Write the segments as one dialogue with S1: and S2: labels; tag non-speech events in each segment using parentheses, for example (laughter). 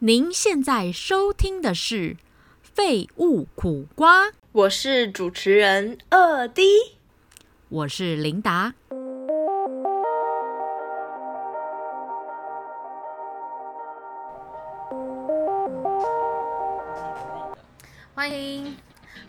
S1: 您现在收听的是《废物苦瓜》，
S2: 我是主持人二 D。
S1: 我是琳达。
S3: 欢迎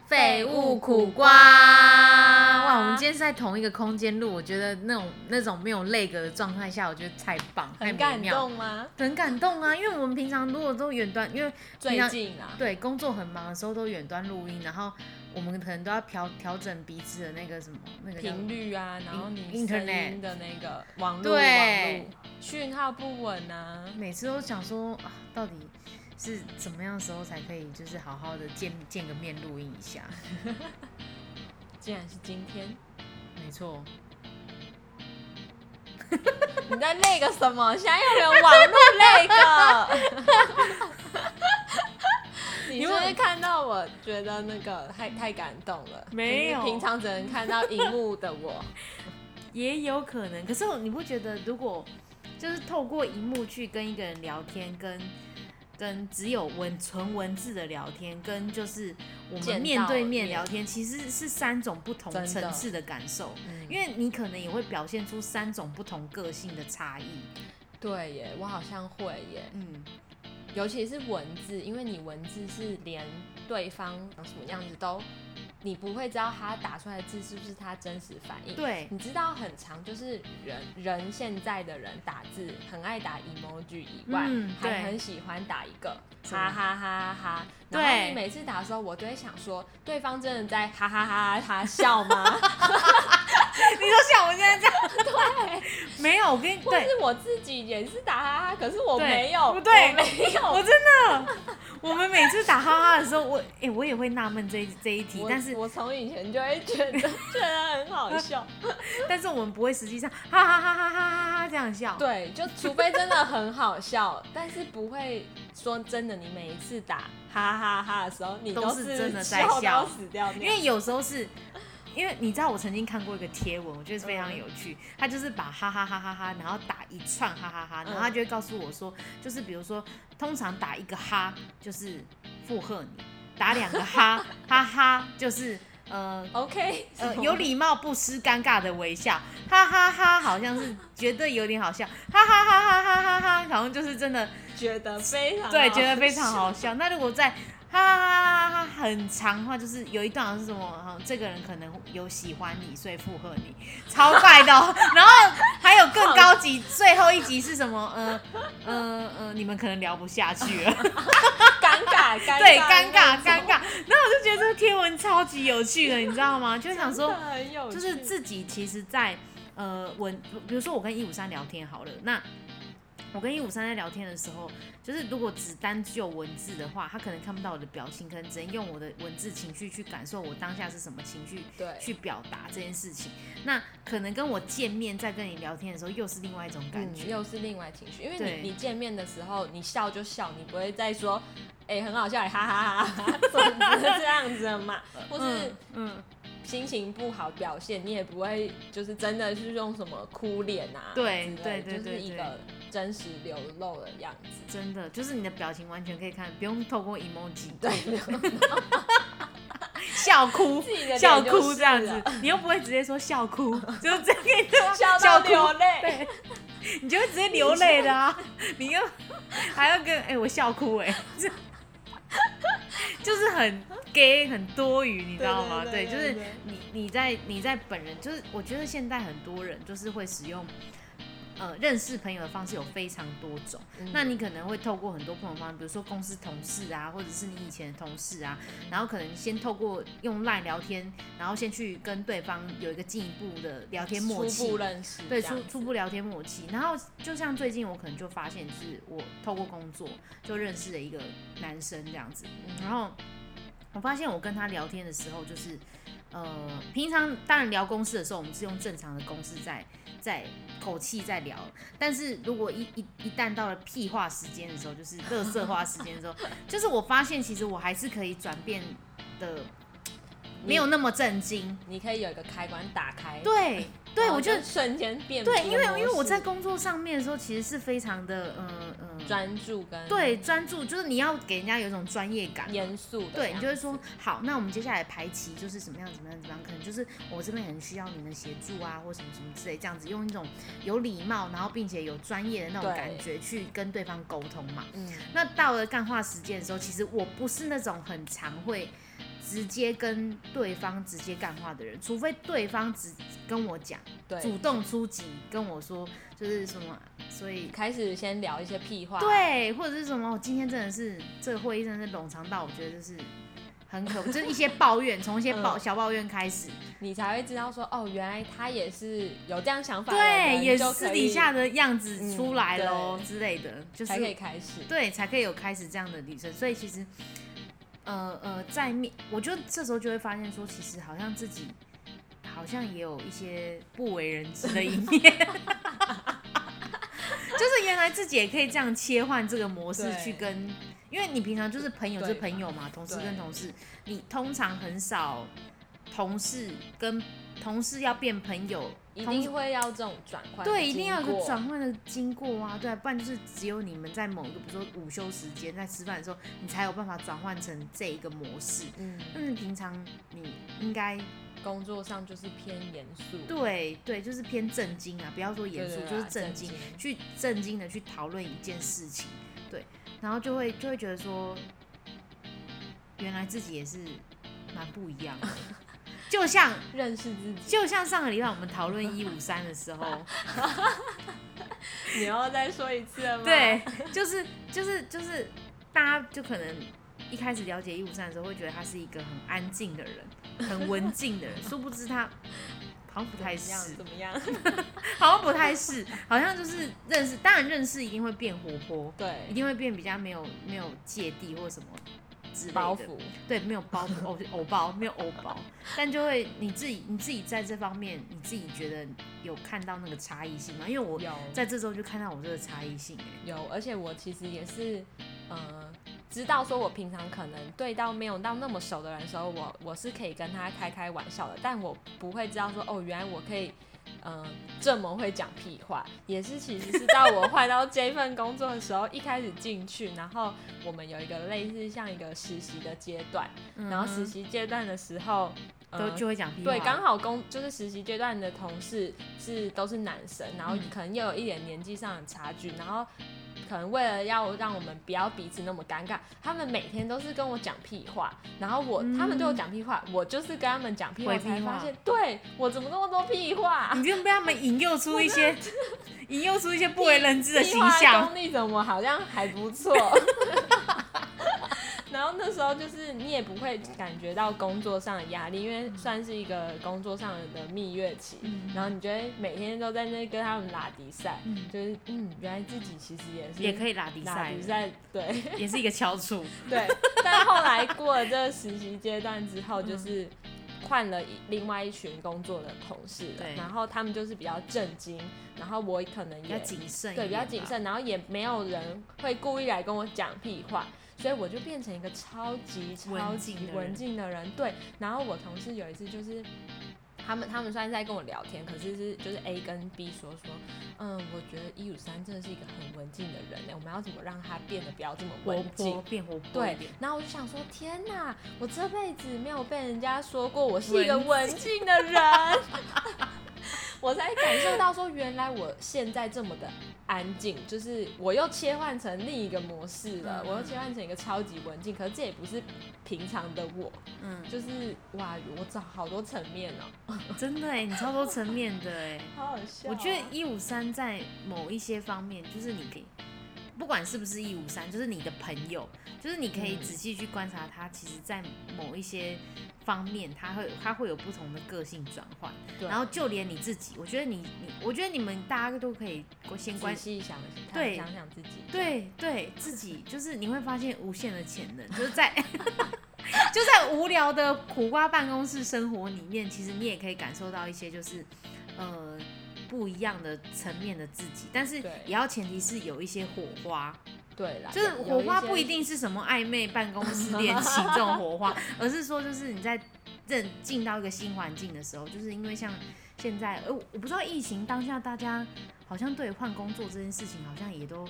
S3: 废物苦瓜！哇，我们今天是在同一个空间录，我觉得那种那种没有累格的状态下，我觉得太棒，太
S2: 很
S3: 美
S2: 感
S3: 妙
S2: 动，吗？
S3: 很感动啊！因为我们平常如果都远端，因为
S2: 最
S3: 平常
S2: 近啊，
S3: 对工作很忙的时候都远端录音，然后我们可能都要调调整彼此的那个什么那个叫
S2: 频率啊，然后你
S3: In-
S2: 声
S3: 嗯 Internet
S2: 音的那个网络
S3: 对
S2: 网络讯号不稳啊，
S3: 每次都想说啊，到底是怎么样的时候才可以，就是好好的见见个面录音一下？
S2: 竟然是今天，
S3: 没错，
S2: 你在那个什么？现 (laughs) 在又没有网络那个。 (laughs) 你是不是看到我觉得那个太太感动了？
S3: 没有
S2: 就是平常只能看到荧幕的我。
S3: 也有可能。可是我你不觉得，如果就是透过荧幕去跟一个人聊天，跟跟只有文纯文字的聊天，跟就是我
S2: 见
S3: 们
S2: 到
S3: 面对
S2: 面
S3: 面聊天，其实是三种不同
S2: 真的
S3: 层次的感受。
S2: 嗯
S3: 因为你可能也会表现出三种不同个性的差异。
S2: 对耶，我好像会耶。
S3: 嗯，
S2: 尤其是文字，因为你文字是连对方长什么样子都，你不会知道他打出来的字是不是他真实反应。， (laughs)
S3: 对，
S2: 你知道很长，就是人人现在的人打字很爱打 emoji 以外，
S3: 嗯
S2: 还
S3: 对
S2: 很喜欢打一个
S3: 什么
S2: 哈哈哈哈。
S3: 对
S2: 然后你每次打的时候，我都会想说，对方真的在哈哈哈哈哈笑吗？
S3: 你说像我现在这样，对， (laughs) 没有，我跟你 (laughs)
S2: 或
S3: 对
S2: 是，我自己也是打哈哈，可是我
S3: 对
S2: 没有，
S3: 不对
S2: 我没有，
S3: 我真的，我们每次打哈哈的时候，我哎、我也会纳闷这一这一题，
S2: 我
S3: 但是
S2: 我从以前就会觉得 (laughs) 觉得很好笑，
S3: 但是我们不会实际上哈哈哈哈哈哈哈这样笑。
S2: 对，就除非真的很好笑，但是不会说真的。你每一次打哈哈哈的时候，你
S3: 都
S2: 是
S3: 是真的在
S2: 笑
S3: 笑
S2: 到死掉那样，
S3: 因为有时候是，因为你知道我曾经看过一个贴文，我觉得非常有趣，他就是把哈哈哈哈哈，然后打一串哈哈哈，然后他就会告诉我说，就是比如说，通常打一个哈就是附和你，打两个哈哈哈就是呃。
S2: OK，
S3: 呃，
S2: 什么
S3: 有礼貌不失尴尬的微笑，哈哈哈好像是觉得有点好笑，哈哈哈哈哈哈哈，好像就是真的
S2: (laughs) 觉得非常
S3: 对，
S2: 好
S3: 觉得非常好笑。那如果在哈哈哈哈哈很长的话，就是有一段好像是什么，好像这个人可能有喜欢你，所以附和你，超怪的、哦。 (laughs) 然后还有更高级，最后一集是什么？呃呃呃，你们可能聊不下去
S2: (laughs)
S3: 了，
S2: 尴
S3: (laughs)
S2: 尬，尴尬
S3: 对，尴尬
S2: 那
S3: 尴
S2: 种
S3: 尬。然后我就觉得这个贴文超级有趣的，你知道吗？就想说
S2: 真的，很有趣，
S3: 就
S2: 嗯
S3: 是自己其实在，呃文，比如说我跟一五三聊天好了，那我跟一五三在聊天的时候，就是如果只单就文字的话，他可能看不到我的表情，可能只能用我的文字情绪去感受我当下是什么情绪
S2: 对嗯
S3: 去表达这件事情。那可能跟我见面在跟你聊天的时候，又是另外一种感
S2: 嗯
S3: 觉。
S2: 又是另外情绪，因为
S3: 对
S2: 你你见面的时候，你笑就笑，你不会再说。哎、很好笑，哎哈哈哈哈，总之是这样子
S3: (laughs)
S2: 的嘛，或是
S3: 嗯，
S2: 心情不好表现，你也不会就是真的是用什么哭脸啊之
S3: 对
S2: 类的，
S3: 对对
S2: 就
S3: 对
S2: 是一个真实流露的样子。
S3: (laughs) 真的就是你的表情完全可以看，不用透过 emoji
S2: 对，
S3: (laughs) 笑哭
S2: 自己的脸
S3: 笑
S2: 就
S3: 哭
S2: 是
S3: 这样子
S2: 了，
S3: 你又不会直接说笑
S2: (laughs)
S3: 哭，就是这个
S2: 笑
S3: 笑
S2: 到
S3: 哭
S2: 流泪，
S3: 对，你就会直接流泪的啊！你又还要跟哎、我笑哭哎、 (laughs) 这就是很 gay 很多余，你知道吗？
S2: 对对对
S3: 就是
S2: 对对
S3: 你你在你在本人，就是我觉得现在很多人就是会使用。呃，认识朋友的方式有非常多种，
S2: 嗯
S3: 那你可能会透过很多不同方式，比如说公司同事啊，或者是你以前的同事啊，然后可能先透过用 LINE 聊天，然后先去跟对方有一个进一步的聊天默契，
S2: 初步认识这
S3: 对，
S2: 样
S3: 初
S2: 子，
S3: 初步聊天默契。然后就像最近我可能就发现，是我透过工作就认识了一个男生这样子，
S2: 嗯
S3: 然后我发现我跟他聊天的时候，就是呃，平常当然聊公司的时候，我们是用正常的公司在在口气在聊，但是如果一一一旦到了屁话时间的时候，就是乐色话时间的时候， (laughs) 就是我发现其实我还是可以转变的，没有那么震惊。
S2: 你可以有一个开关打开，
S3: 对
S2: 然
S3: 对，
S2: 后
S3: 我觉得
S2: 就瞬间变
S3: 对，
S2: 变
S3: 因为
S2: 模
S3: 因为我
S2: 式
S3: 在工作上面的时候，其实是非常的，嗯、呃、嗯、
S2: 专注跟
S3: 对，专注就是你要给人家有一种专业感。
S2: 严肃的，
S3: 对你就会说，好，那我们接下来排期就是怎么样怎么样怎么样，可能就是我这边很需要你的协助啊，或什么什么之类，这样子用一种有礼貌，然后并且有专业的那种
S2: 对
S3: 感觉去跟对方沟通嘛。
S2: 嗯，
S3: 那到了干话时间的时候，其实我不是那种很常会直接跟对方直接干话的人，除非对方只跟我讲，
S2: 对，
S3: 主动出击跟我说，就是什么，所以
S2: 开始先聊一些屁话，，
S3: 对，或者是什么，我今天真的是这个会议真的是冗长到我觉得就是。很可，就是一些抱怨，从一
S2: (laughs) 嗯
S3: 些抱小抱怨开始，
S2: 你才会知道说，哦，原来他也是有这样想法的人，
S3: 对，也
S2: 就
S3: 私
S2: 可
S3: 底
S2: 以
S3: 下的样子出
S2: 嗯
S3: 来喽、
S2: 对
S3: 之类的，就是
S2: 才可以开始，
S3: 对，才可以有开始这样的旅程。所以其实，呃呃，在面，我就这时候就会发现说，其实好像自己好像也有一些不为人知的一
S2: (laughs)
S3: 面，就是原来自己也可以这样切换这个模式去
S2: 对
S3: 跟，因为你平常就是朋友就是
S2: 对
S3: 朋友嘛，同事
S2: 对
S3: 跟同事，你通常很少同事跟同事要变朋友，
S2: 一
S3: 同
S2: 定会要这种转换的经过，
S3: 对，一定要有个转换的经过啊，对啊，不然就是只有你们在某一个，比如说午休时间在吃饭的时候，你才有办法转换成这一个模式。
S2: 嗯，
S3: 但是平常你应该
S2: 工作上就是偏严肃，
S3: 对对，就是偏正经啊，不要说
S2: 对，
S3: 严肃，
S2: 对
S3: 就是
S2: 对
S3: 正经，去正经的去讨论一件事情，对，然后就会就会觉得说，原来自己也是蛮不一
S2: (laughs)
S3: 样的，就像
S2: 认识自己，
S3: 就像上个礼拜我们讨论一五三的时候。
S2: 你要再说一次了吗？
S3: 对，就是就是就是，大家就可能一开始了解一五三的时候，会觉得他是一个很安静的人，很文静的
S2: (laughs)
S3: 人，殊不知他好像不
S2: 怎
S3: 太
S2: 么样，
S3: 是，
S2: 怎么
S3: (laughs)
S2: 样？
S3: 好像不太是，好像就是认识，当然认识一定会变活泼，一
S2: 对，
S3: 定会变比较没有没有芥蒂或什么之类的
S2: 包袱，
S3: 对，没有包袱，偶偶包没有偶包，但就会你自己你自己在这方面，你自己觉得有看到那个差异性吗？因为我
S2: 有
S3: 在这周就看到我这个差异性、欸，
S2: 有，而且我其实也是，呃，知道说我平常可能对到没有到那么熟的人的时候，我我是可以跟他开开玩笑的，但我不会知道说哦，原来我可以。嗯、这么会讲屁话，也是其实是到我换到这份工作的时候，一开始进去，然后我们有一个类似像一个实习的阶段，
S3: 嗯
S2: 然后
S3: 哼
S2: 实习阶段的时候，
S3: 都
S2: 呃，
S3: 就会讲屁话。
S2: 对，刚好工就是实习阶段的同事是都是男生，然后
S3: 嗯
S2: 可能又有一点年纪上的差距，然后可能为了要让我们不要彼此那么尴尬，他们每天都是跟我讲屁话，然后我、他们对我讲屁话，我就是跟他们讲屁
S3: 嗯回
S2: 话，我
S3: 屁
S2: 才发
S3: 话
S2: 现对我怎么那么多屁话。
S3: 你就被他们引诱出一
S2: (laughs)
S3: 些引诱出一些不为人知的
S2: 计
S3: 形
S2: 划
S3: 象。
S2: 功力怎么好像还不错？ (laughs) 然后那时候就是你也不会感觉到工作上的压力，因为算是一个工作上的蜜月期，
S3: 嗯
S2: 然后你就会每天都在那跟他们拉迪赛，
S3: 嗯
S2: 就是嗯，原来自己其实也是
S3: 也可
S2: 以
S3: 以拉比
S2: 拉
S3: 赛
S2: 迪，赛，
S3: (laughs)
S2: 对
S3: 也是一个翘
S2: (laughs)
S3: 楚。
S2: 对。但后来过了这个实习阶段之后，就是。换了一另外一群工作的同事了
S3: 对
S2: 然后他们就是比较震惊，然后我可能也
S3: 比较谨慎一
S2: 对，
S3: 点吧，
S2: 比较谨慎，然后也没有人会故意来跟我讲屁话，所以我就变成一个超级超
S3: 文
S2: 级
S3: 静的人
S2: 文静的人。对，然后我同事有一次就是。他们他们虽然在跟我聊天，可是是就是 A 跟 B 说说，嗯，我觉得一五三真的是一个很文静的人呢，欸我们要怎么让他变得不要这么
S3: 活
S2: 文静
S3: 泼？变活泼一
S2: 对
S3: 点。，
S2: 然后我就想说，天哪，我这辈子没有被人家说过我是一个
S3: 文
S2: 文静的人， (laughs) 我才感受到说，原来我现在这么的安静，就是我又切换成另一个模式了，
S3: 嗯
S2: 我又切换成一个超级文静，可是这也不是平常的我，
S3: 嗯，
S2: 就是哇，我找好多层面哦、
S3: 真的哎，你超多层面的哎。
S2: 好好
S3: 我
S2: 笑啊我
S3: 觉
S2: 觉
S3: 得
S2: 得
S3: 一五三在某一些方面，就是你可以，不管是不是一五三，就是你的朋友，就是你可以
S2: 嗯
S3: 仔细去观察他，其实在某一些方面，他会他会有不同的个性转换。
S2: 对
S3: 然后就连你自己，我觉得你你，我觉得你们大家都可以先
S2: 仔
S3: 关。
S2: 细想一想，
S3: 对
S2: 想想自己，
S3: 对对，自己就是你会发现无限的潜能，就是在 (laughs) 就在无聊的苦瓜办公室生活里面，其实你也可以感受到一些就是呃不一样的层面的自己，但是
S2: 对
S3: 也要前提是有一些火花，
S2: 对啦，
S3: 就是
S2: 有
S3: 火花不一。
S2: 有些
S3: 定是什么暧昧、办公室恋情这种火
S2: (laughs)
S3: 花，而是说就是你在认进到一个新环境的时候，就是因为像现在，呃，我不知道疫情当下大家好像对换工作这件事情好像也都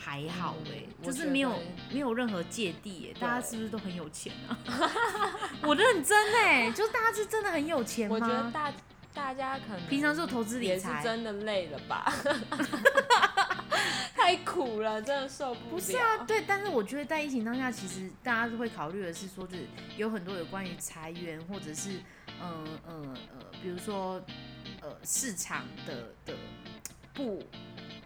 S3: 还好哎、
S2: 嗯
S3: 就
S2: 我
S3: 是
S2: 觉得
S3: 没有没有任何芥蒂耶、大家是不是都很有钱啊？ (laughs) 我认真哎、就是大家是真的很有钱吗？
S2: 我觉得大大家可能
S3: 嗯平常做投资理
S2: 也是
S3: 财，
S2: 真的累了
S3: (laughs)
S2: 吧，太苦了，真的受不了。
S3: 不是啊，对，但是我觉得在疫情当下，其实大家会考虑的是说，就是有很多有关于裁员，或者是呃呃呃，比如说呃市场的的不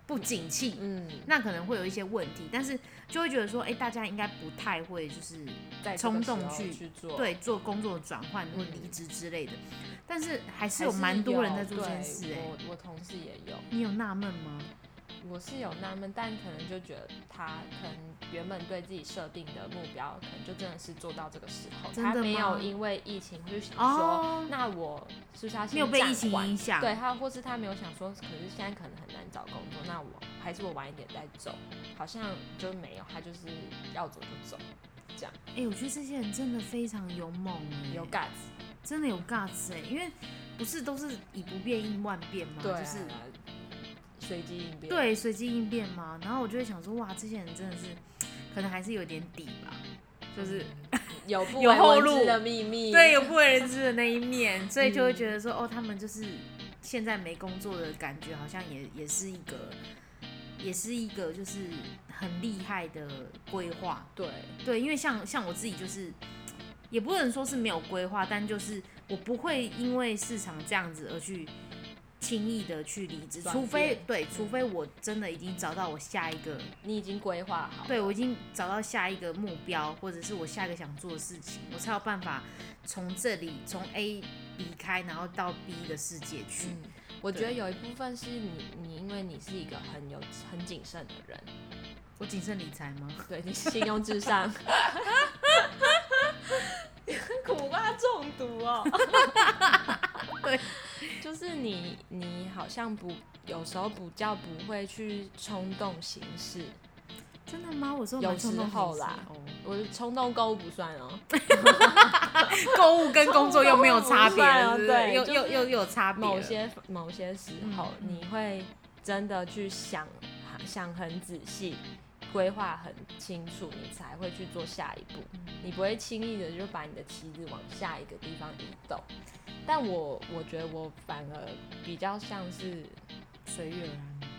S3: 不景气，
S2: 嗯，
S3: 那可能会有一些问题，但是就会觉得说，哎、大家应该不太会就是
S2: 在这个
S3: 冲动
S2: 时候
S3: 去
S2: 去做，
S3: 对做工作的转换或离职之类的，但是还是
S2: 嗯还
S3: 有
S2: 有
S3: 蛮多人在做这件
S2: 对
S3: 事、诶，哎，
S2: 我我同事也有，
S3: 你有纳闷吗？
S2: 我是有纳闷，但可能就觉得他可能原本对自己设定的目标，可能就真的是做到这个时候，
S3: 真的
S2: 他没
S3: 吗
S2: 有因为疫情就想说，
S3: 哦，
S2: 那我是不是要先
S3: 没有被疫
S2: 暂
S3: 情
S2: 缓
S3: 影响，
S2: 对，他，或是他没有想说，可是现在可能很难找工作，那我还是我晚一点再走，好像就没有，他就是要走就走，
S3: 哎、我觉得这些人真的非常勇猛、欸，
S2: 有 guts，
S3: 真的有 guts 哎、因为不是都是以不变应万变吗？
S2: 对啊，
S3: 就是
S2: 随机应变，，
S3: 对随机应变嘛。然后我就会想说，哇，这些人真的是可能还是有点底吧，就是、
S2: 嗯有不
S3: (laughs) 有
S2: 为
S3: 后
S2: 人
S3: 路
S2: 知的秘密，
S3: 对有不为人知的那一
S2: (laughs)
S3: 面，所以就会觉得
S2: 嗯
S3: 说，哦，他们就是现在没工作的感觉，好像也也是一个。也是一个就是很厉害的规划，
S2: 对，
S3: 对，因为像像我自己就是，也不能说是没有规划，但就是我不会因为市场这样子而去轻易的去离职，
S2: 转
S3: 除非
S2: 变
S3: 对，除非我真的已经找到我下一个，
S2: 你已经规划好，
S3: 对我已经找到下一个目标，或者是我下一个想做的事情，我才有办法从这里从 A 离开，然后到 B 的世界去。
S2: 嗯，我觉
S3: 对
S2: 得有一部分是你，你因为你是一个很有很谨慎的人，
S3: 我谨慎理财
S2: (laughs)
S3: 吗？
S2: 对你信用至上。
S3: (laughs)
S2: 苦瓜中毒哦，
S3: 对，
S2: 就是你，你好像不有时候不叫不会去冲动行事，
S3: 真的吗？我说
S2: 有时候啦
S3: 哦
S2: 我的冲动购物不算哦，
S3: (laughs) 购物跟工作又没有差别了，
S2: (laughs)
S3: 是不是
S2: 冲动对
S3: 又
S2: 就
S3: 又
S2: 是
S3: 又又有差别了。
S2: 某些某些时候
S3: 嗯嗯
S2: 你会真的去想想很仔细，规划很清楚，你才会去做下一步。
S3: 嗯
S2: 你不会轻易的就把你的棋子往下一个地方移动。但我我觉得我反而比较像是，
S3: 随遇而安。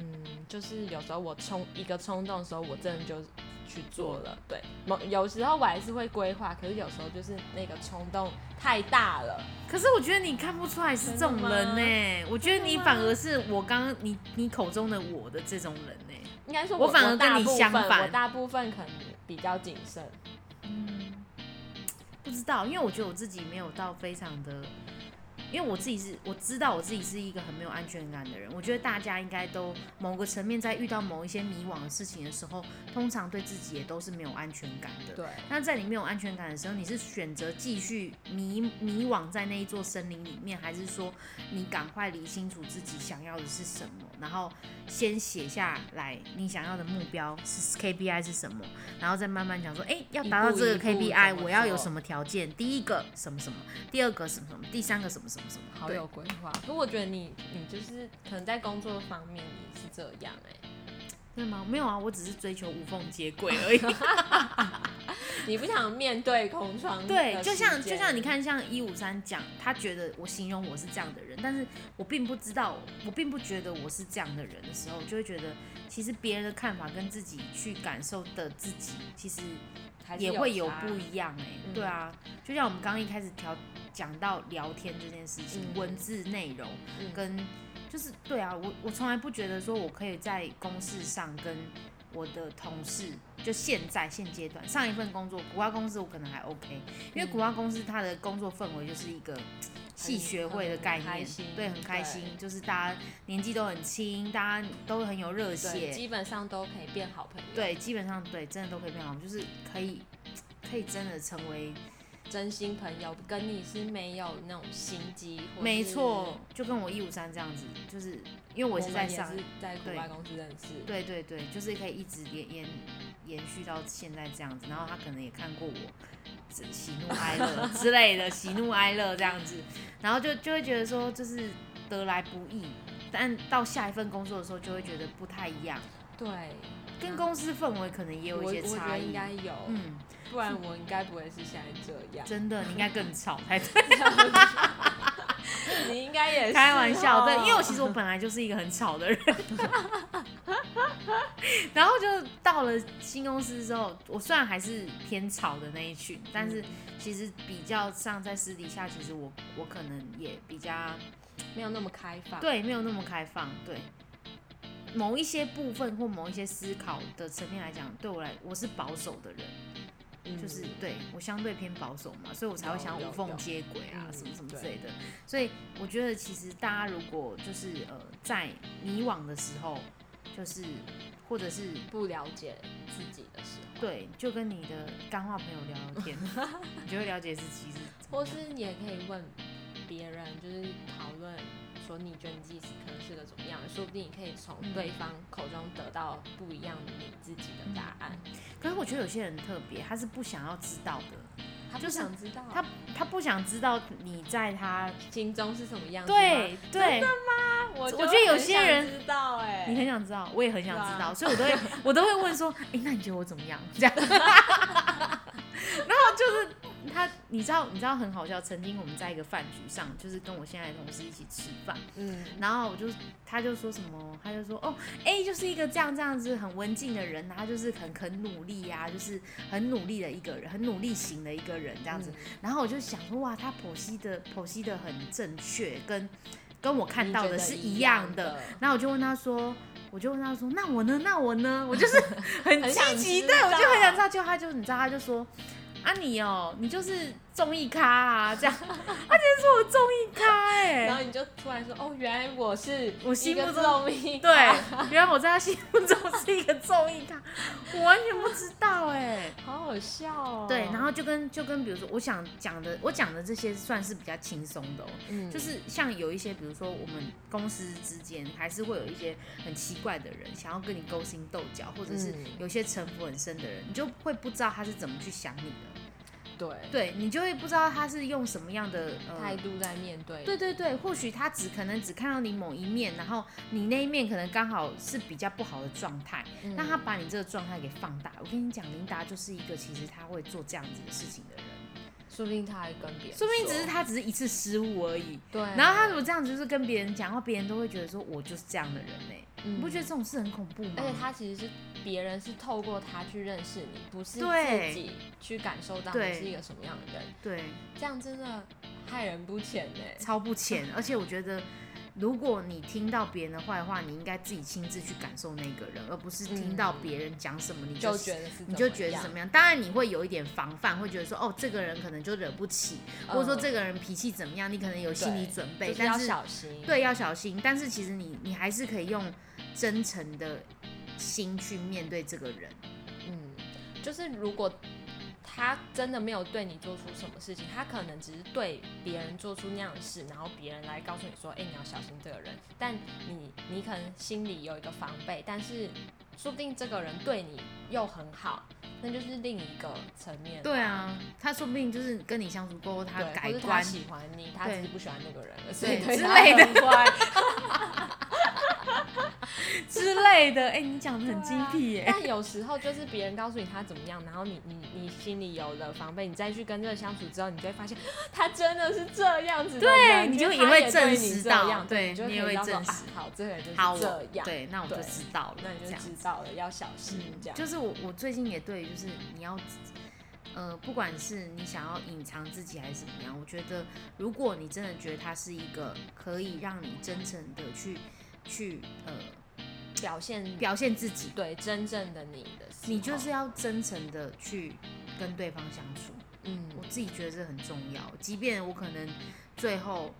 S2: 嗯，就是有时候我冲一个冲动的时候，我真的就去做了。对，某有时候我还是会规划，可是有时候就是那个冲动太大了。
S3: 可是我觉得你看不出来是这种人呢、我觉得你反而是我刚刚你你口中的我的这种人欸呢、
S2: 应该说
S3: 我反而跟
S2: 大
S3: 你
S2: 部分
S3: 相反
S2: 我大部分可能比较谨慎。
S3: 嗯，不知道，因为我觉得我自己没有到非常的，因为我自己是我知道我自己是一个很没有安全感的人。我觉得大家应该都某个层面在遇到某一些迷惘的事情的时候，通常对自己也都是没有安全感的。
S2: 对，
S3: 那在你没有安全感的时候，你是选择继续迷迷惘在那一座森林里面，还是说你赶快理清楚自己想要的是什么，然后先写下来你想要的目标是 KPI 是什么，然后再慢慢讲说，哎、要达到这个
S2: 一步一步
S3: KPI，
S2: 怎么
S3: 我要有
S2: 做
S3: 什么条件？第一个什么什么，第二个什么什么，第三个什么什么什么。
S2: 好
S3: 对
S2: 有规划。可我觉得你你就是可能在工作方面你是这样哎、
S3: 对吗？没有啊，我只是追求无缝接轨而已。
S2: 你不想面对空窗的
S3: 对，就像
S2: 时
S3: 就
S2: 间
S3: 像你，看，像一五三讲，他觉得我形容我是这样的人，但是我并不知道，我并不觉得我是这样的人的时候，就会觉得其实别人的看法跟自己去感受的自己，其实
S2: 还是
S3: 也会
S2: 有
S3: 有
S2: 差
S3: 不一样哎、
S2: 嗯
S3: 对啊，就像我们刚刚一开始调讲到聊天这件事情，
S2: 嗯
S3: 文字内容
S2: 嗯
S3: 跟就是对啊，我我从来不觉得说我可以在公事上跟我的同事，就现在现阶段上一份工作，古巴公司我可能还 OK，因为
S2: 嗯
S3: 古巴公司它的工作氛围就是一个。系学会的概
S2: 很开
S3: 念
S2: 心，
S3: 对，很开
S2: 对
S3: 心，就是大家年纪都很轻，大家都很有热
S2: 对，
S3: 血，
S2: 基本上都可以变好朋友，，
S3: 对，基本上对，真的都可以变好，就是可以可以真的成为，
S2: 真心朋友跟你是没有那种心机，或是
S3: 没错，，就跟我一五三这样子，就是因为我
S2: 我
S3: 也是在上
S2: 们也，是在国
S3: 对
S2: 外公司认识，
S3: 对对对，就是可以一直延延延续到现在这样子，然后他可能也看过我。这喜怒哀乐
S2: (laughs)
S3: 之类的，喜怒哀乐这样子，然后就就会觉得说，就是得来不易，但到下一份工作的时候，就会觉得不太一样。
S2: 对，
S3: 跟公司氛围可能也有
S2: 嗯我
S3: 一些
S2: 我觉
S3: 差
S2: 得应
S3: 异。
S2: 该有，
S3: 嗯，
S2: 不然我应该不会是现在这样。
S3: 真的，你应该更吵才对。
S2: (laughs) 你应该也是
S3: 开玩笑，对，
S2: 哦
S3: 因为我其实我本来就是一个很吵的人， (laughs) 然后就到了新公司之后，我虽然还是偏吵的那一群，但是其实比较上在私底下，其实我我可能也比较
S2: 嗯没有那么开放。
S3: 对没有那么开放，对。某一些部分或某一些思考的层面来讲，对我来我是保守的人，
S2: 嗯，
S3: 就是对我相对偏保守嘛，所以我才会想要
S2: 有
S3: 无
S2: 有
S3: 缝接轨啊，
S2: 嗯
S3: 什么什么之
S2: 对
S3: 类的。所以我觉得其实大家如果就是呃在迷惘的时候，就是或者是
S2: 不了解自己的时候，
S3: 对，就跟你的干话朋友聊聊天， (laughs) 你就会了解自己是怎么
S2: 或
S3: 样
S2: 是也可以问别人，就是讨论说你觉得你自己可能是个怎么样的，说不定你可以从
S3: 嗯
S2: 对方口中得到不一样的你自己的答案。
S3: 可是我觉得有些人特别，他是不想要知道的，
S2: 他不
S3: 就是
S2: 想知道
S3: 他他不想知道你在他
S2: 心中嗯是什么样子吗。
S3: 对对，
S2: 啊，我
S3: 我
S2: 就
S3: 觉得有
S2: 很
S3: 些
S2: 想
S3: 人
S2: 知道哎、
S3: 你很想知道，我也很想知道，
S2: 对啊
S3: 所以我都会我都会问说，哎、那你觉得我怎么样？这样， (laughs) 然后就是他，你知道你知道很好笑，曾经我们在一个饭局上，就是跟我现在的同事一起吃饭，
S2: 嗯
S3: 然后我就他就说什么，他就说哦，A 就是一个这样这样子很文静的人，然后他就是很很努力呀、就是很努力的一个人，很努力型的一个人这样子。然后我就想说，哇，他剖析的剖析的很正确，跟跟我看到的是一样的。，然后我就问他说，我就问他说，那我呢？那我呢？我就是很
S2: (laughs) 很
S3: 积
S2: 想
S3: 极，
S2: 知
S3: 对我就很想
S2: 道
S3: 知道。就他就你知道，他就说啊你哦，你就是综艺咖啊，这样。 (laughs) 他竟然说我综艺咖
S2: 你觉得一样的
S3: 哎、
S2: 然后你就突然说，哦，原来我是
S3: 我心目中
S2: 中一个
S3: 对，原来我在他心目中是一个综艺咖，我完全不知道哎、
S2: 好好笑哦。
S3: 对，然后就跟就跟比如说，我想讲的，我讲的这些算是比较轻松的哦、
S2: 嗯
S3: 就是像有一些，比如说我们公司之间还是会有一些很奇怪的人，想要跟你勾心斗角，或者是
S2: 嗯
S3: 有些城府很深的人，你就会不知道他是怎么去想你
S2: 嗯
S3: 的，
S2: 对
S3: 对你就会不知道他是用什么样的
S2: 态
S3: 呃。
S2: 度在面对，
S3: 对对对，或许他只可能只看到你某一面，然后你那一面可能刚好是比较不好的状态，
S2: 嗯
S3: 那他把你这个状态给放大。我跟你讲，琳达就是一个其实他会做这样子的事情的人，
S2: 说不定他还跟别人，
S3: 说不定只是，他只是一次失误而已。
S2: 对，
S3: 然后他如果这样子就是跟别人讲话，别人都会觉得说我就是这样的人呢、
S2: 嗯
S3: 你不觉得这种事很恐怖吗？
S2: 而且他其实是别人是透过他去认识你，不是
S3: 对
S2: 自己去感受到你
S3: 对
S2: 是一个什么样的人，
S3: 对
S2: 这样真的害人不浅欸呢。
S3: 超不浅，而且我觉得。如果你听到别人的坏话，你应该自己亲自去感受那个人，而不是听到别人讲什么你
S2: 就
S3: 就
S2: 觉得是
S3: 你就觉得是怎
S2: 怎么
S3: 么样。当然你会有一点防范，会觉得说哦，这个人可能就惹不起，
S2: 样，
S3: 或者说
S2: 嗯
S3: 这个人脾气怎么样，你可能有心理
S2: 对
S3: 准备，
S2: 就是要
S3: 但是
S2: 小心，，
S3: 对，要小心。但是其实你你还是可以用真诚的心去面对这个人。
S2: 嗯，就是如果。他真的没有对你做出什么事情，他可能只是对别人做出那样的事，然后别人来告诉你说：“哎、你要小心这个人。”但你你可能心里有一个防备，但是说不定这个人对你又很好，那就是另一个层面。
S3: 对，啊，他说不定就是跟你相处过后，他
S2: 对，
S3: 改
S2: 或是他
S3: 观。
S2: 喜欢你，他
S3: 对
S2: 只是不喜欢那个人而已，所以
S3: 对
S2: 对
S3: 之
S2: 他
S3: 类的
S2: 很坏。
S3: 之类的。哎、你讲的很
S2: 精
S3: 辟耶
S2: 但有时候就是别人告诉你他怎么样，然后你你你心里有了防备，你再去跟这个相处之后，你就会发现他真的是这样子的人，
S3: 对你就
S2: 因为他
S3: 也会
S2: 对
S3: 证
S2: 你
S3: 实
S2: 这
S3: 到
S2: 样
S3: 对
S2: 你就
S3: 你也
S2: 可以
S3: 会
S2: 知道
S3: 证
S2: 说
S3: 实
S2: 啊好，这个人就是
S3: 好，我
S2: 这样，
S3: 对，那我就
S2: 对
S3: 知道了。
S2: 那你
S3: 这
S2: 就
S3: 样嗯
S2: 知道了，要小心这样。
S3: 就是我，我最近也对，就是你要，呃，不管是你想要隐藏自己还是怎么样，我觉得如果你真的觉得他是一个可以让你真诚的去去呃
S2: 表现
S3: 表现自己，
S2: 对真正的你的时候，
S3: 你就是要真诚的去跟对方相处。
S2: 嗯
S3: 我自己觉得这很重要，即便我可能最后，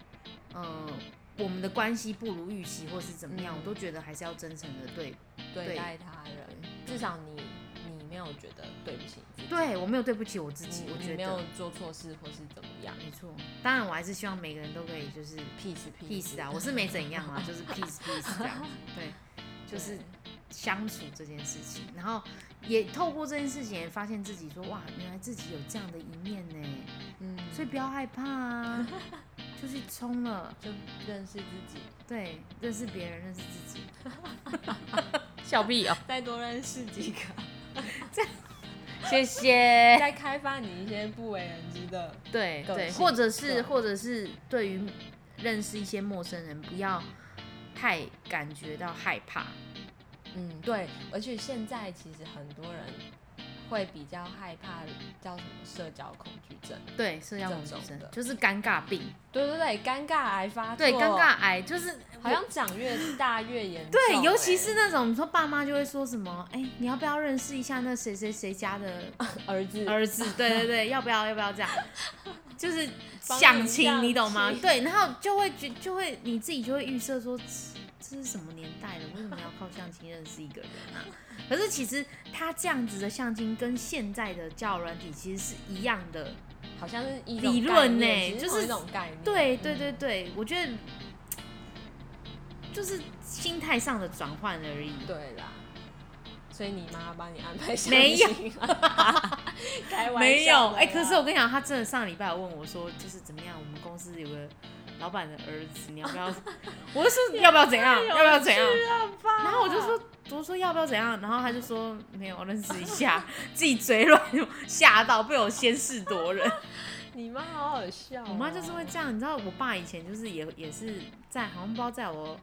S3: 呃，我们的关系不如预期或是怎么样，
S2: 嗯
S3: 我都觉得还是要真诚的对。
S2: 对
S3: 对
S2: 待他人，至少你你没有觉得对不起自己，
S3: 对我没有对不起我自己
S2: 你，
S3: 我
S2: 你
S3: 觉
S2: 没有
S3: 得
S2: 做错事或是怎么样
S3: 没错。当然，我还是希望每个人都可以就是
S2: ，peace
S3: peace 啊，我是没怎样啊，就是
S2: (laughs)
S3: peace peace 这样子。对，就是
S2: 对
S3: 相处这件事情，然后也透过这件事情也发现自己说，哇，原来自己有这样的一面呢，
S2: 嗯，
S3: 所以不要害怕
S2: (laughs)
S3: 啊，就去冲了。
S2: 就认识自己。
S3: 对，认识别人，认识自己。
S1: (laughs) 笑屁哦！
S2: 再多认识几 (laughs) 个，
S3: 谢谢。
S2: 再开发你一些不为人知的。
S3: 对
S2: 个
S3: 对，
S2: 性
S3: 或者是
S2: 对
S3: 或者是对于认识一些陌生人，不要太感觉到害怕。
S2: 嗯，对，而且现在其实很多人会比较害怕叫什么社交恐惧症，
S3: 对，社交恐惧
S2: 这种
S3: 症
S2: 的
S3: 就是尴尬病。
S2: 对对对，尴尬癌发作，
S3: 对，尴尬癌就是
S2: 好像长越大越严重欸、
S3: 对，尤其是那种你说爸妈就会说什么，哎、你要不要认识一下那谁谁谁家的
S2: 儿子，
S3: 儿子？对对
S2: (laughs)
S3: 对，要不要要不要这样？就是
S2: 帮你
S3: 相亲，
S2: 相
S3: 你懂吗？
S2: 亲
S3: 对，然后就会觉就会你自己就会预设说，这这是什么年代了？为什么要靠相亲认识一个人
S2: (laughs)
S3: 啊？可是其实他这样子的相亲跟现在的交友软体其实是一样
S2: 嗯
S3: 的。
S2: 好像是一
S3: 理
S2: 种
S3: 论
S2: 概念
S3: 呢
S2: 其
S3: 就
S2: 实
S3: 是
S2: 同一种概念，
S3: 对对
S2: 嗯
S3: 对对，我觉得就是心态上的转换而已。
S2: 对啦。所以你妈帮你安排相
S3: 没有
S2: 亲啊， (laughs) 开玩笑
S3: 没有，
S2: 的
S3: 哎、
S2: 啦
S3: 可是我跟你讲，他真的上礼拜有问我说，就是怎么样，我们公司有个老板的儿子，你要不要？我就说要不要怎
S2: (laughs)
S3: 样，
S2: 啊
S3: 要不要怎样？然后我就说，我说要不要怎样？然后他就说没有，我认识一下， (laughs) 自己嘴软，吓到被我先试夺人。
S2: 你妈好好笑哦、
S3: 我妈就是会 (laughs) 这样，你知道，我爸以前就是也也是在好像不知道在我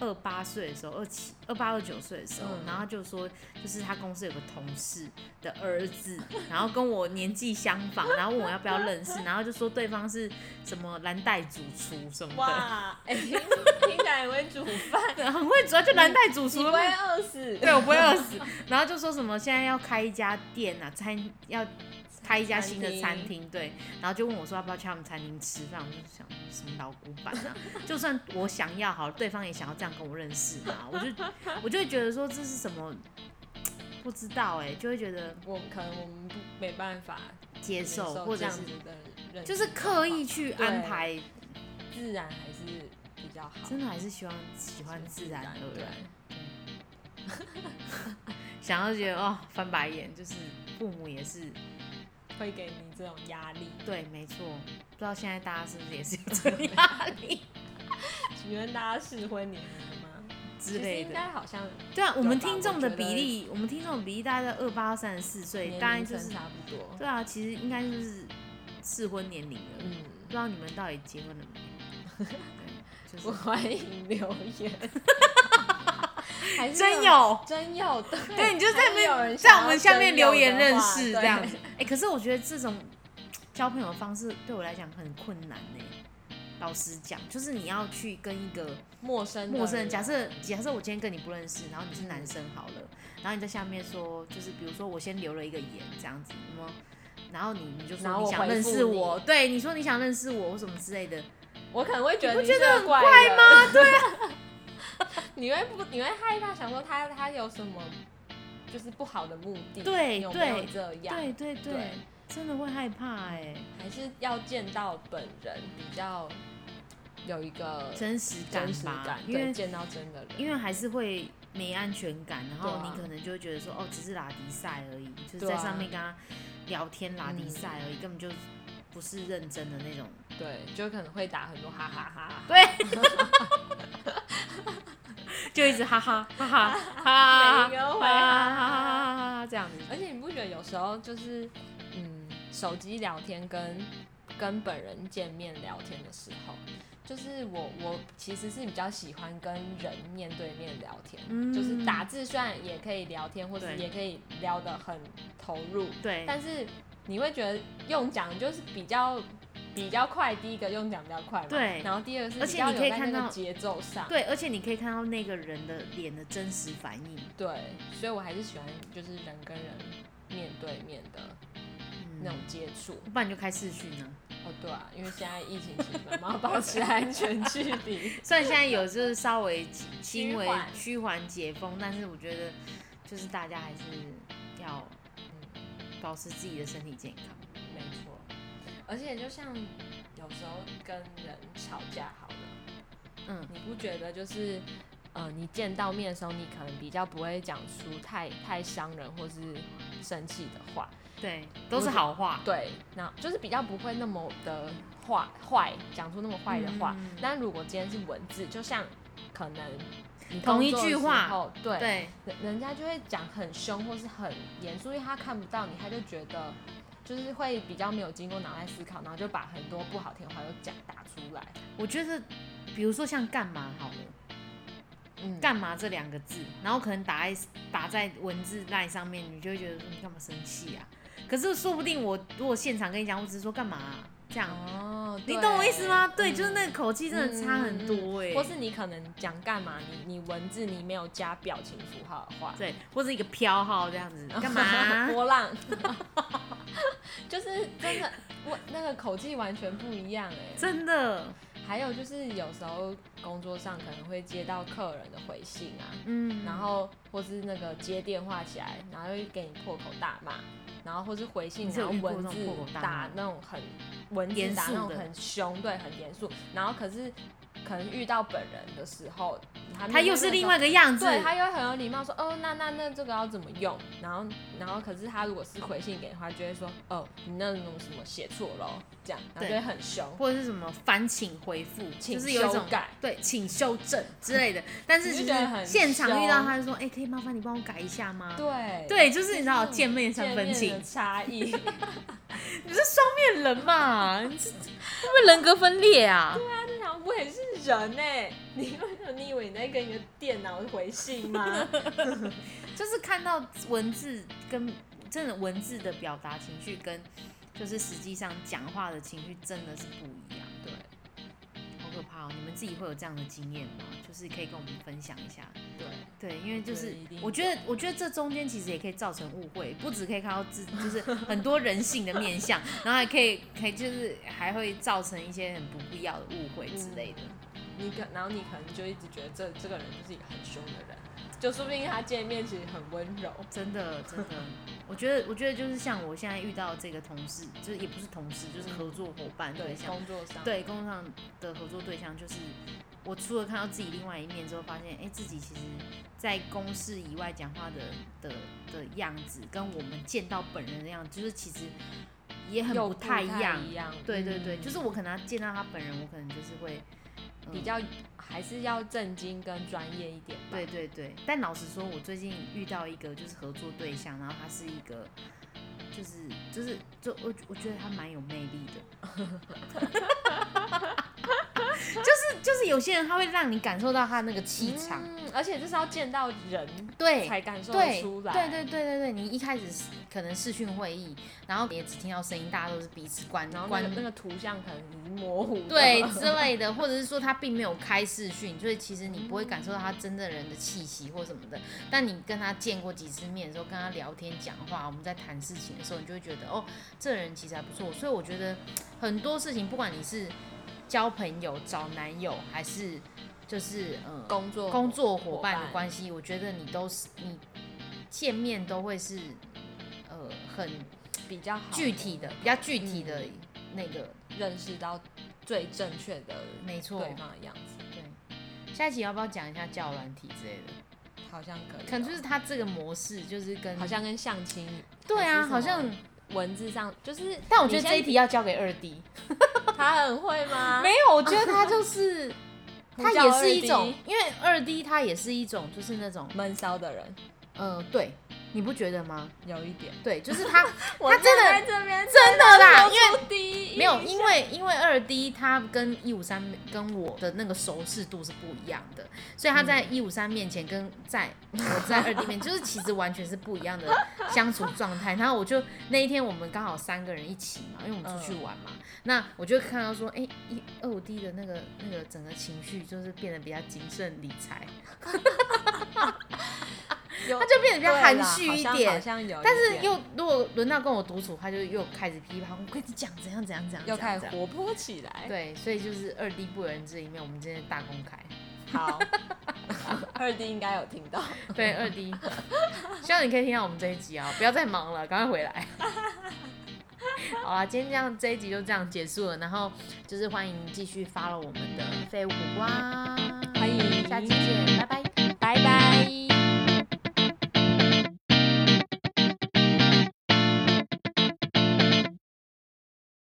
S3: 二八岁的时候，二七二八二九岁的时候，
S2: 嗯
S3: 然后他就说就是他公司有个同事的儿子，然后跟我年纪相仿，然后问我要不要认识，然后就说对方是什么蓝带主厨什么的，
S2: 哇，哎、听听起来很会煮
S3: (laughs)
S2: 饭，
S3: 对，很会煮啊，就蓝带主
S2: 你
S3: 厨
S2: 不。会饿死？
S3: (laughs) 对，我不会饿死。然后就说什么现在要开一家店啊，餐要开一家新的餐
S2: 餐
S3: 厅，对。然后就问我说要不要去他们餐厅吃饭，我就想什么老古板啊，就算我想要好了，对方也想要这样跟我认识嘛，我就我就会觉得说这是什么。不知道哎、就会觉得
S2: 我可能我们不没办法
S3: 接
S2: 接
S3: 受，
S2: 受
S3: 或
S2: 这
S3: 者
S2: 样
S3: 是
S2: 子的认
S3: 就
S2: 识
S3: 是刻意
S2: 状
S3: 去
S2: 对
S3: 安排，
S2: 况，自然还是比较好，
S3: 真的还是喜欢喜欢自然而
S2: 对
S3: 然。想要觉得哦翻白眼，就是父母也是
S2: 会给你这种压力。
S3: 对，没错。不知道现在大家是不是也是有这
S2: (laughs)
S3: 个压力
S2: 请问大家适婚年龄了吗？
S3: 之
S2: 其
S3: 类
S2: 实应
S3: 的？
S2: 该好像
S3: 对啊，我们
S2: 吧
S3: 听
S2: 我
S3: 众的
S2: 觉
S3: 比
S2: 得
S3: 例，我们听众的比例大概在二八到三十四岁，
S2: 年
S3: 大概
S2: 龄
S3: 就
S2: 层
S3: 是
S2: 差不多。
S3: 对啊，其实应该就是适婚年龄了。
S2: 嗯， (laughs)
S3: 不知道你们到底结婚了没？对
S2: 我
S3: 就是
S2: 欢迎留
S3: (laughs)
S2: 言。还是
S3: 真有，
S2: 真有，对，
S3: (laughs) 对，你就在
S2: 还
S3: 那
S2: 是有人
S3: 边
S2: 想
S3: 在
S2: 要
S3: 我们下面
S2: 真
S3: 留
S2: 有
S3: 言
S2: 的
S3: 认
S2: 话
S3: 识
S2: 对
S3: 这样子。哎，可是我觉得这种交朋友的方式对我来讲很困难呢。老实讲，就是你要去跟一个
S2: 陌生的
S3: 陌生人，
S2: 人
S3: 假设假设我今天跟你不认识，然后你是男生好了，然后你在下面说，就是比如说我先留了一个言这样子，那么然后你你就
S2: 然
S3: 说
S2: 后我
S3: 想认
S2: 回
S3: 识
S2: 复
S3: 我，对，你说你想认识我或什么之类的，
S2: 我可能会觉得
S3: 你不
S2: 你
S3: 觉
S2: 是
S3: 得
S2: 个
S3: 很
S2: 怪
S3: (laughs)
S2: 吗？对啊， (laughs) 你会不你会害怕，想说他他有什么就是不好的目的？
S3: 对
S2: 有没有
S3: 对
S2: 这样？
S3: 对对对，
S2: 对
S3: 真的会害怕哎、
S2: 还是要见到本人比较有一个
S3: 真实感
S2: 真实
S3: 吧，
S2: 感，
S3: 因为
S2: 对，见到真的人，
S3: 因为还是会没安全感，然后
S2: 对
S3: 你
S2: 啊
S3: 可能就会觉得说，哦，只是拉迪赛而已，就是
S2: 对
S3: 在
S2: 啊
S3: 上面跟他聊天拉迪
S2: 嗯
S3: 赛而已，根本就不是认真的那种。
S2: 对，就可能会打很多哈哈哈哈。
S3: 对，就一直哈哈哈 (laughs) 哈哈哈，
S2: 每一个
S3: 哈
S2: 会
S3: 哈
S2: 哈
S3: 哈哈哈这样子。
S2: 而且你不觉得有时候就是嗯，手机聊天跟跟本人见面聊天的时候，就是我我其实是比较喜欢跟人面对面聊天，
S3: 嗯
S2: 就是打字虽然也可以聊天，或
S3: 对
S2: 是也可以聊得很投入，
S3: 对，
S2: 但是你会觉得用讲就是比较。比较快，第一个用讲比较快嘛，
S3: 对
S2: 然后第二个是
S3: 而
S2: 比
S3: 且
S2: 较
S3: 你可以
S2: 有在
S3: 看
S2: 那
S3: 到
S2: 个节奏上，
S3: 对，而且你可以看到那个人的脸的真实反应。
S2: 对，所以我还是喜欢就是人跟人面对面的那种
S3: 嗯，
S2: 接触。
S3: 不然你就开视讯呢。
S2: 哦，对啊，因为现在疫情期间嘛，要保持安全距离。
S3: 虽然现在有就是稍微轻轻微
S2: 趋缓
S3: 趋缓解封，但是我觉得就是大家还是要嗯保持自己的身体健康。
S2: (laughs) 没错，而且就像有时候跟人吵架好了，
S3: 嗯，
S2: 你不觉得就是呃，你见到面的时候，你可能比较不会讲出太太伤人或是生气的话，
S3: 对，都是好话。
S2: 对，那就是比较不会那么的坏坏，讲出那么坏的话。
S3: 嗯
S2: 但如果今天是文字，就像可能你
S3: 同一
S2: 工作
S3: 句
S2: 的时
S3: 话
S2: 候，对，
S3: 对，
S2: 人人家就会讲很凶或是很严肃，因为他看不到你，他就觉得就是会比较没有经过脑袋思考，然后就把很多不好听的话都讲打出来。
S3: 我觉得比如说像干嘛好了。
S2: 嗯，
S3: 干嘛这两个字，然后可能打在打在文字赖上面，你就会觉得说你干嘛生气啊？可是说不定我如果现场跟你讲，我只是说干嘛啊、这样，
S2: 哦，
S3: 你
S2: 对
S3: 懂我意思吗？对，
S2: 嗯
S3: 就是那个口气真的差很多哎、
S2: 或是你可能讲干嘛，你你文字你没有加表情符号的话，
S3: 对，或者一个飘号这样
S2: (laughs)
S3: 子，干嘛啊、
S2: 波浪， (laughs) 就是真的，我那个口气完全不一样哎、
S3: 真的，
S2: 还有就是有时候工作上可能会接到客人的回信啊，
S3: 嗯，
S2: 然后或是那个接电话起来，然后又给你破口大骂，然后或是回信，
S3: 你是
S2: 然
S3: 有
S2: 后
S3: 遇过
S2: 文
S3: 那种
S2: 字
S3: 破口大骂
S2: 打那种很文字
S3: 严
S2: 打
S3: 肃
S2: 那种
S3: 的
S2: 很凶，对，很严肃。然后可是可能遇到本人的时候，他
S3: 他又是另外一。个样子，
S2: 对他又很有礼貌说，哦，那那那这个要怎么用？然后然后，可是他如果是回信给他，就会说，哦，你那种什么写错了哦，这样，然后
S3: 对
S2: 就会很凶。
S3: 或者是什么烦请回复，
S2: 请
S3: 就是有一种
S2: 修改
S3: 对，请修正之类的。但是
S2: 你
S3: 其
S2: 就
S3: 实
S2: 觉得很
S3: 现场遇到
S2: 凶
S3: 他就说，哎、可以麻烦你帮我改一下吗？
S2: 对
S3: 对，就是你知道
S2: 这种
S3: 见面三
S2: 见
S3: 分
S2: 面
S3: 情
S2: 的，
S3: (laughs)
S2: 差异。
S3: 你是双面人嘛？你 (laughs) 是会不会人格分裂啊？
S2: 啊，我也是人呢、你为什么你以为你在跟你的电脑回
S3: (laughs)
S2: 信吗？
S3: 就是看到文字跟真的文字的表达情绪跟就是实际上讲话的情绪真的是不一样，
S2: 对，
S3: 好可怕哦！你们自己会有这样的经验吗？就是可以跟我们分享一下。
S2: 对，
S3: 对，因为就是
S2: 对一定
S3: 我觉得，我觉得这中间其实也可以造成误会，不只可以看到自，就是很多人性的面相，然后还可以，可以就是还会造成一些很不必要的误会之类的。
S2: 你可然后你可能就一直觉得这这个人就是一个很凶的人，就说不定他见面其实很温柔。
S3: 真的，真的，我觉得，我觉得就是像我现在遇到这个同事，就是也不是同事，就是合作伙伴对
S2: 对，
S3: 象，
S2: 工作上，
S3: 对工作上的合作对象，就是我除了看到自己另外一面之后，发现哎、诶自己其实在公事以外讲话的的的样子，跟我们见到本人的样子，就是其实也很
S2: 又
S3: 不太一样。
S2: 一样。
S3: 对对对，
S2: 嗯
S3: 就是我可能见到他本人，我可能就是会、嗯
S2: 比。较还是要正经跟专业一点吧。
S3: 对对对，但老实说，我最近遇到一个就是合作对象，然后他是一个，就是就是就我我觉得他蛮有魅力的， (laughs) 就是就是有些人他会让你感受到他那个气场，
S2: 嗯，而且这是要见到人
S3: 对，
S2: 才感受得
S3: 对
S2: 出来。
S3: 对对对对对，你一开始是可能视讯会议，然后也只听到声音，大家都是彼此关
S2: 然后那
S3: 关
S2: 个那个图像可能已经模糊。 (laughs)
S3: 对之类的，或者是说他并没有开视讯，所以其实你不会感受到他真正人的气息或什么的。但你跟他见过几次面的时候，跟他聊天讲话，我们在谈事情的时候，你就会觉得哦，这人其实还不错。所以我觉得很多事情，不管你是交朋友、找男友，还是就是呃
S2: 工作
S3: 工作伙伴
S2: 伙
S3: 的
S2: 伴
S3: 关系，我觉得你都是你见面都会是呃很
S2: 比较好
S3: 具体的，比较具体的
S2: 嗯
S3: 那个，
S2: 认识到最正确的
S3: 没错。
S2: 对方的样子，
S3: 对，下一集要不要讲一下交友软体之类的？
S2: 好像可以哦、
S3: 可能就是它这个模式，就是跟
S2: 好像跟相亲
S3: 对
S2: 还
S3: 啊，
S2: 是什么
S3: 好像。
S2: 文字上就是，
S3: 但我觉得
S2: 你先
S3: 这一题要交给二 D。
S2: 他很会吗？
S3: 没有，我觉得它就是
S2: (laughs)
S3: 它也是一种
S2: 你叫二，
S3: 因为二 D 它也是一种，就是那种
S2: 闷骚的人
S3: 呃，对，你不觉得吗？
S2: 有一点，
S3: 对，就是它
S2: (laughs) 我
S3: 他真的
S2: 站在这边
S3: 真的啦，因为。
S2: 为第一
S3: 没有，因为因为二 D 它跟一五三跟我的那个熟视度是不一样的，所以
S2: 嗯
S3: 他在一五三面前跟在我在二 D 面前， (laughs) 就是其实完全是不一样的相处状态。然后我就那一天我们刚好三个人一起嘛，因为我们出去玩
S2: 嗯
S3: 嘛，那我就看到说，哎、一二 D 的那个那个整个情绪就是变得比较谨慎理财，
S2: 有
S3: 他就变得比较
S2: 对啦
S3: 含蓄一
S2: 好像
S3: 点
S2: 好。像哦有一点，
S3: 但是又如果轮到跟我独处，他就又开始噼啪，我跟你讲怎样怎样怎样，
S2: 又
S3: 怎样
S2: 开
S3: 怎
S2: 始
S3: 样
S2: 活泼起来。，
S3: 对，所以就是二 D 不为人知的一面，我们今天大公开。
S2: 好，
S3: (laughs)
S2: 二弟应该有听到，
S3: 对，二
S2: (laughs)
S3: D，希望你可以听到我们这一集啊，不要再忙了，赶快回
S2: (laughs)
S3: 来。好啦，今天这样这一集就这样结束了，然后就是欢迎继续 follow 我们的废物苦瓜，
S2: 欢迎
S3: 下期见，拜拜。
S2: 拜拜。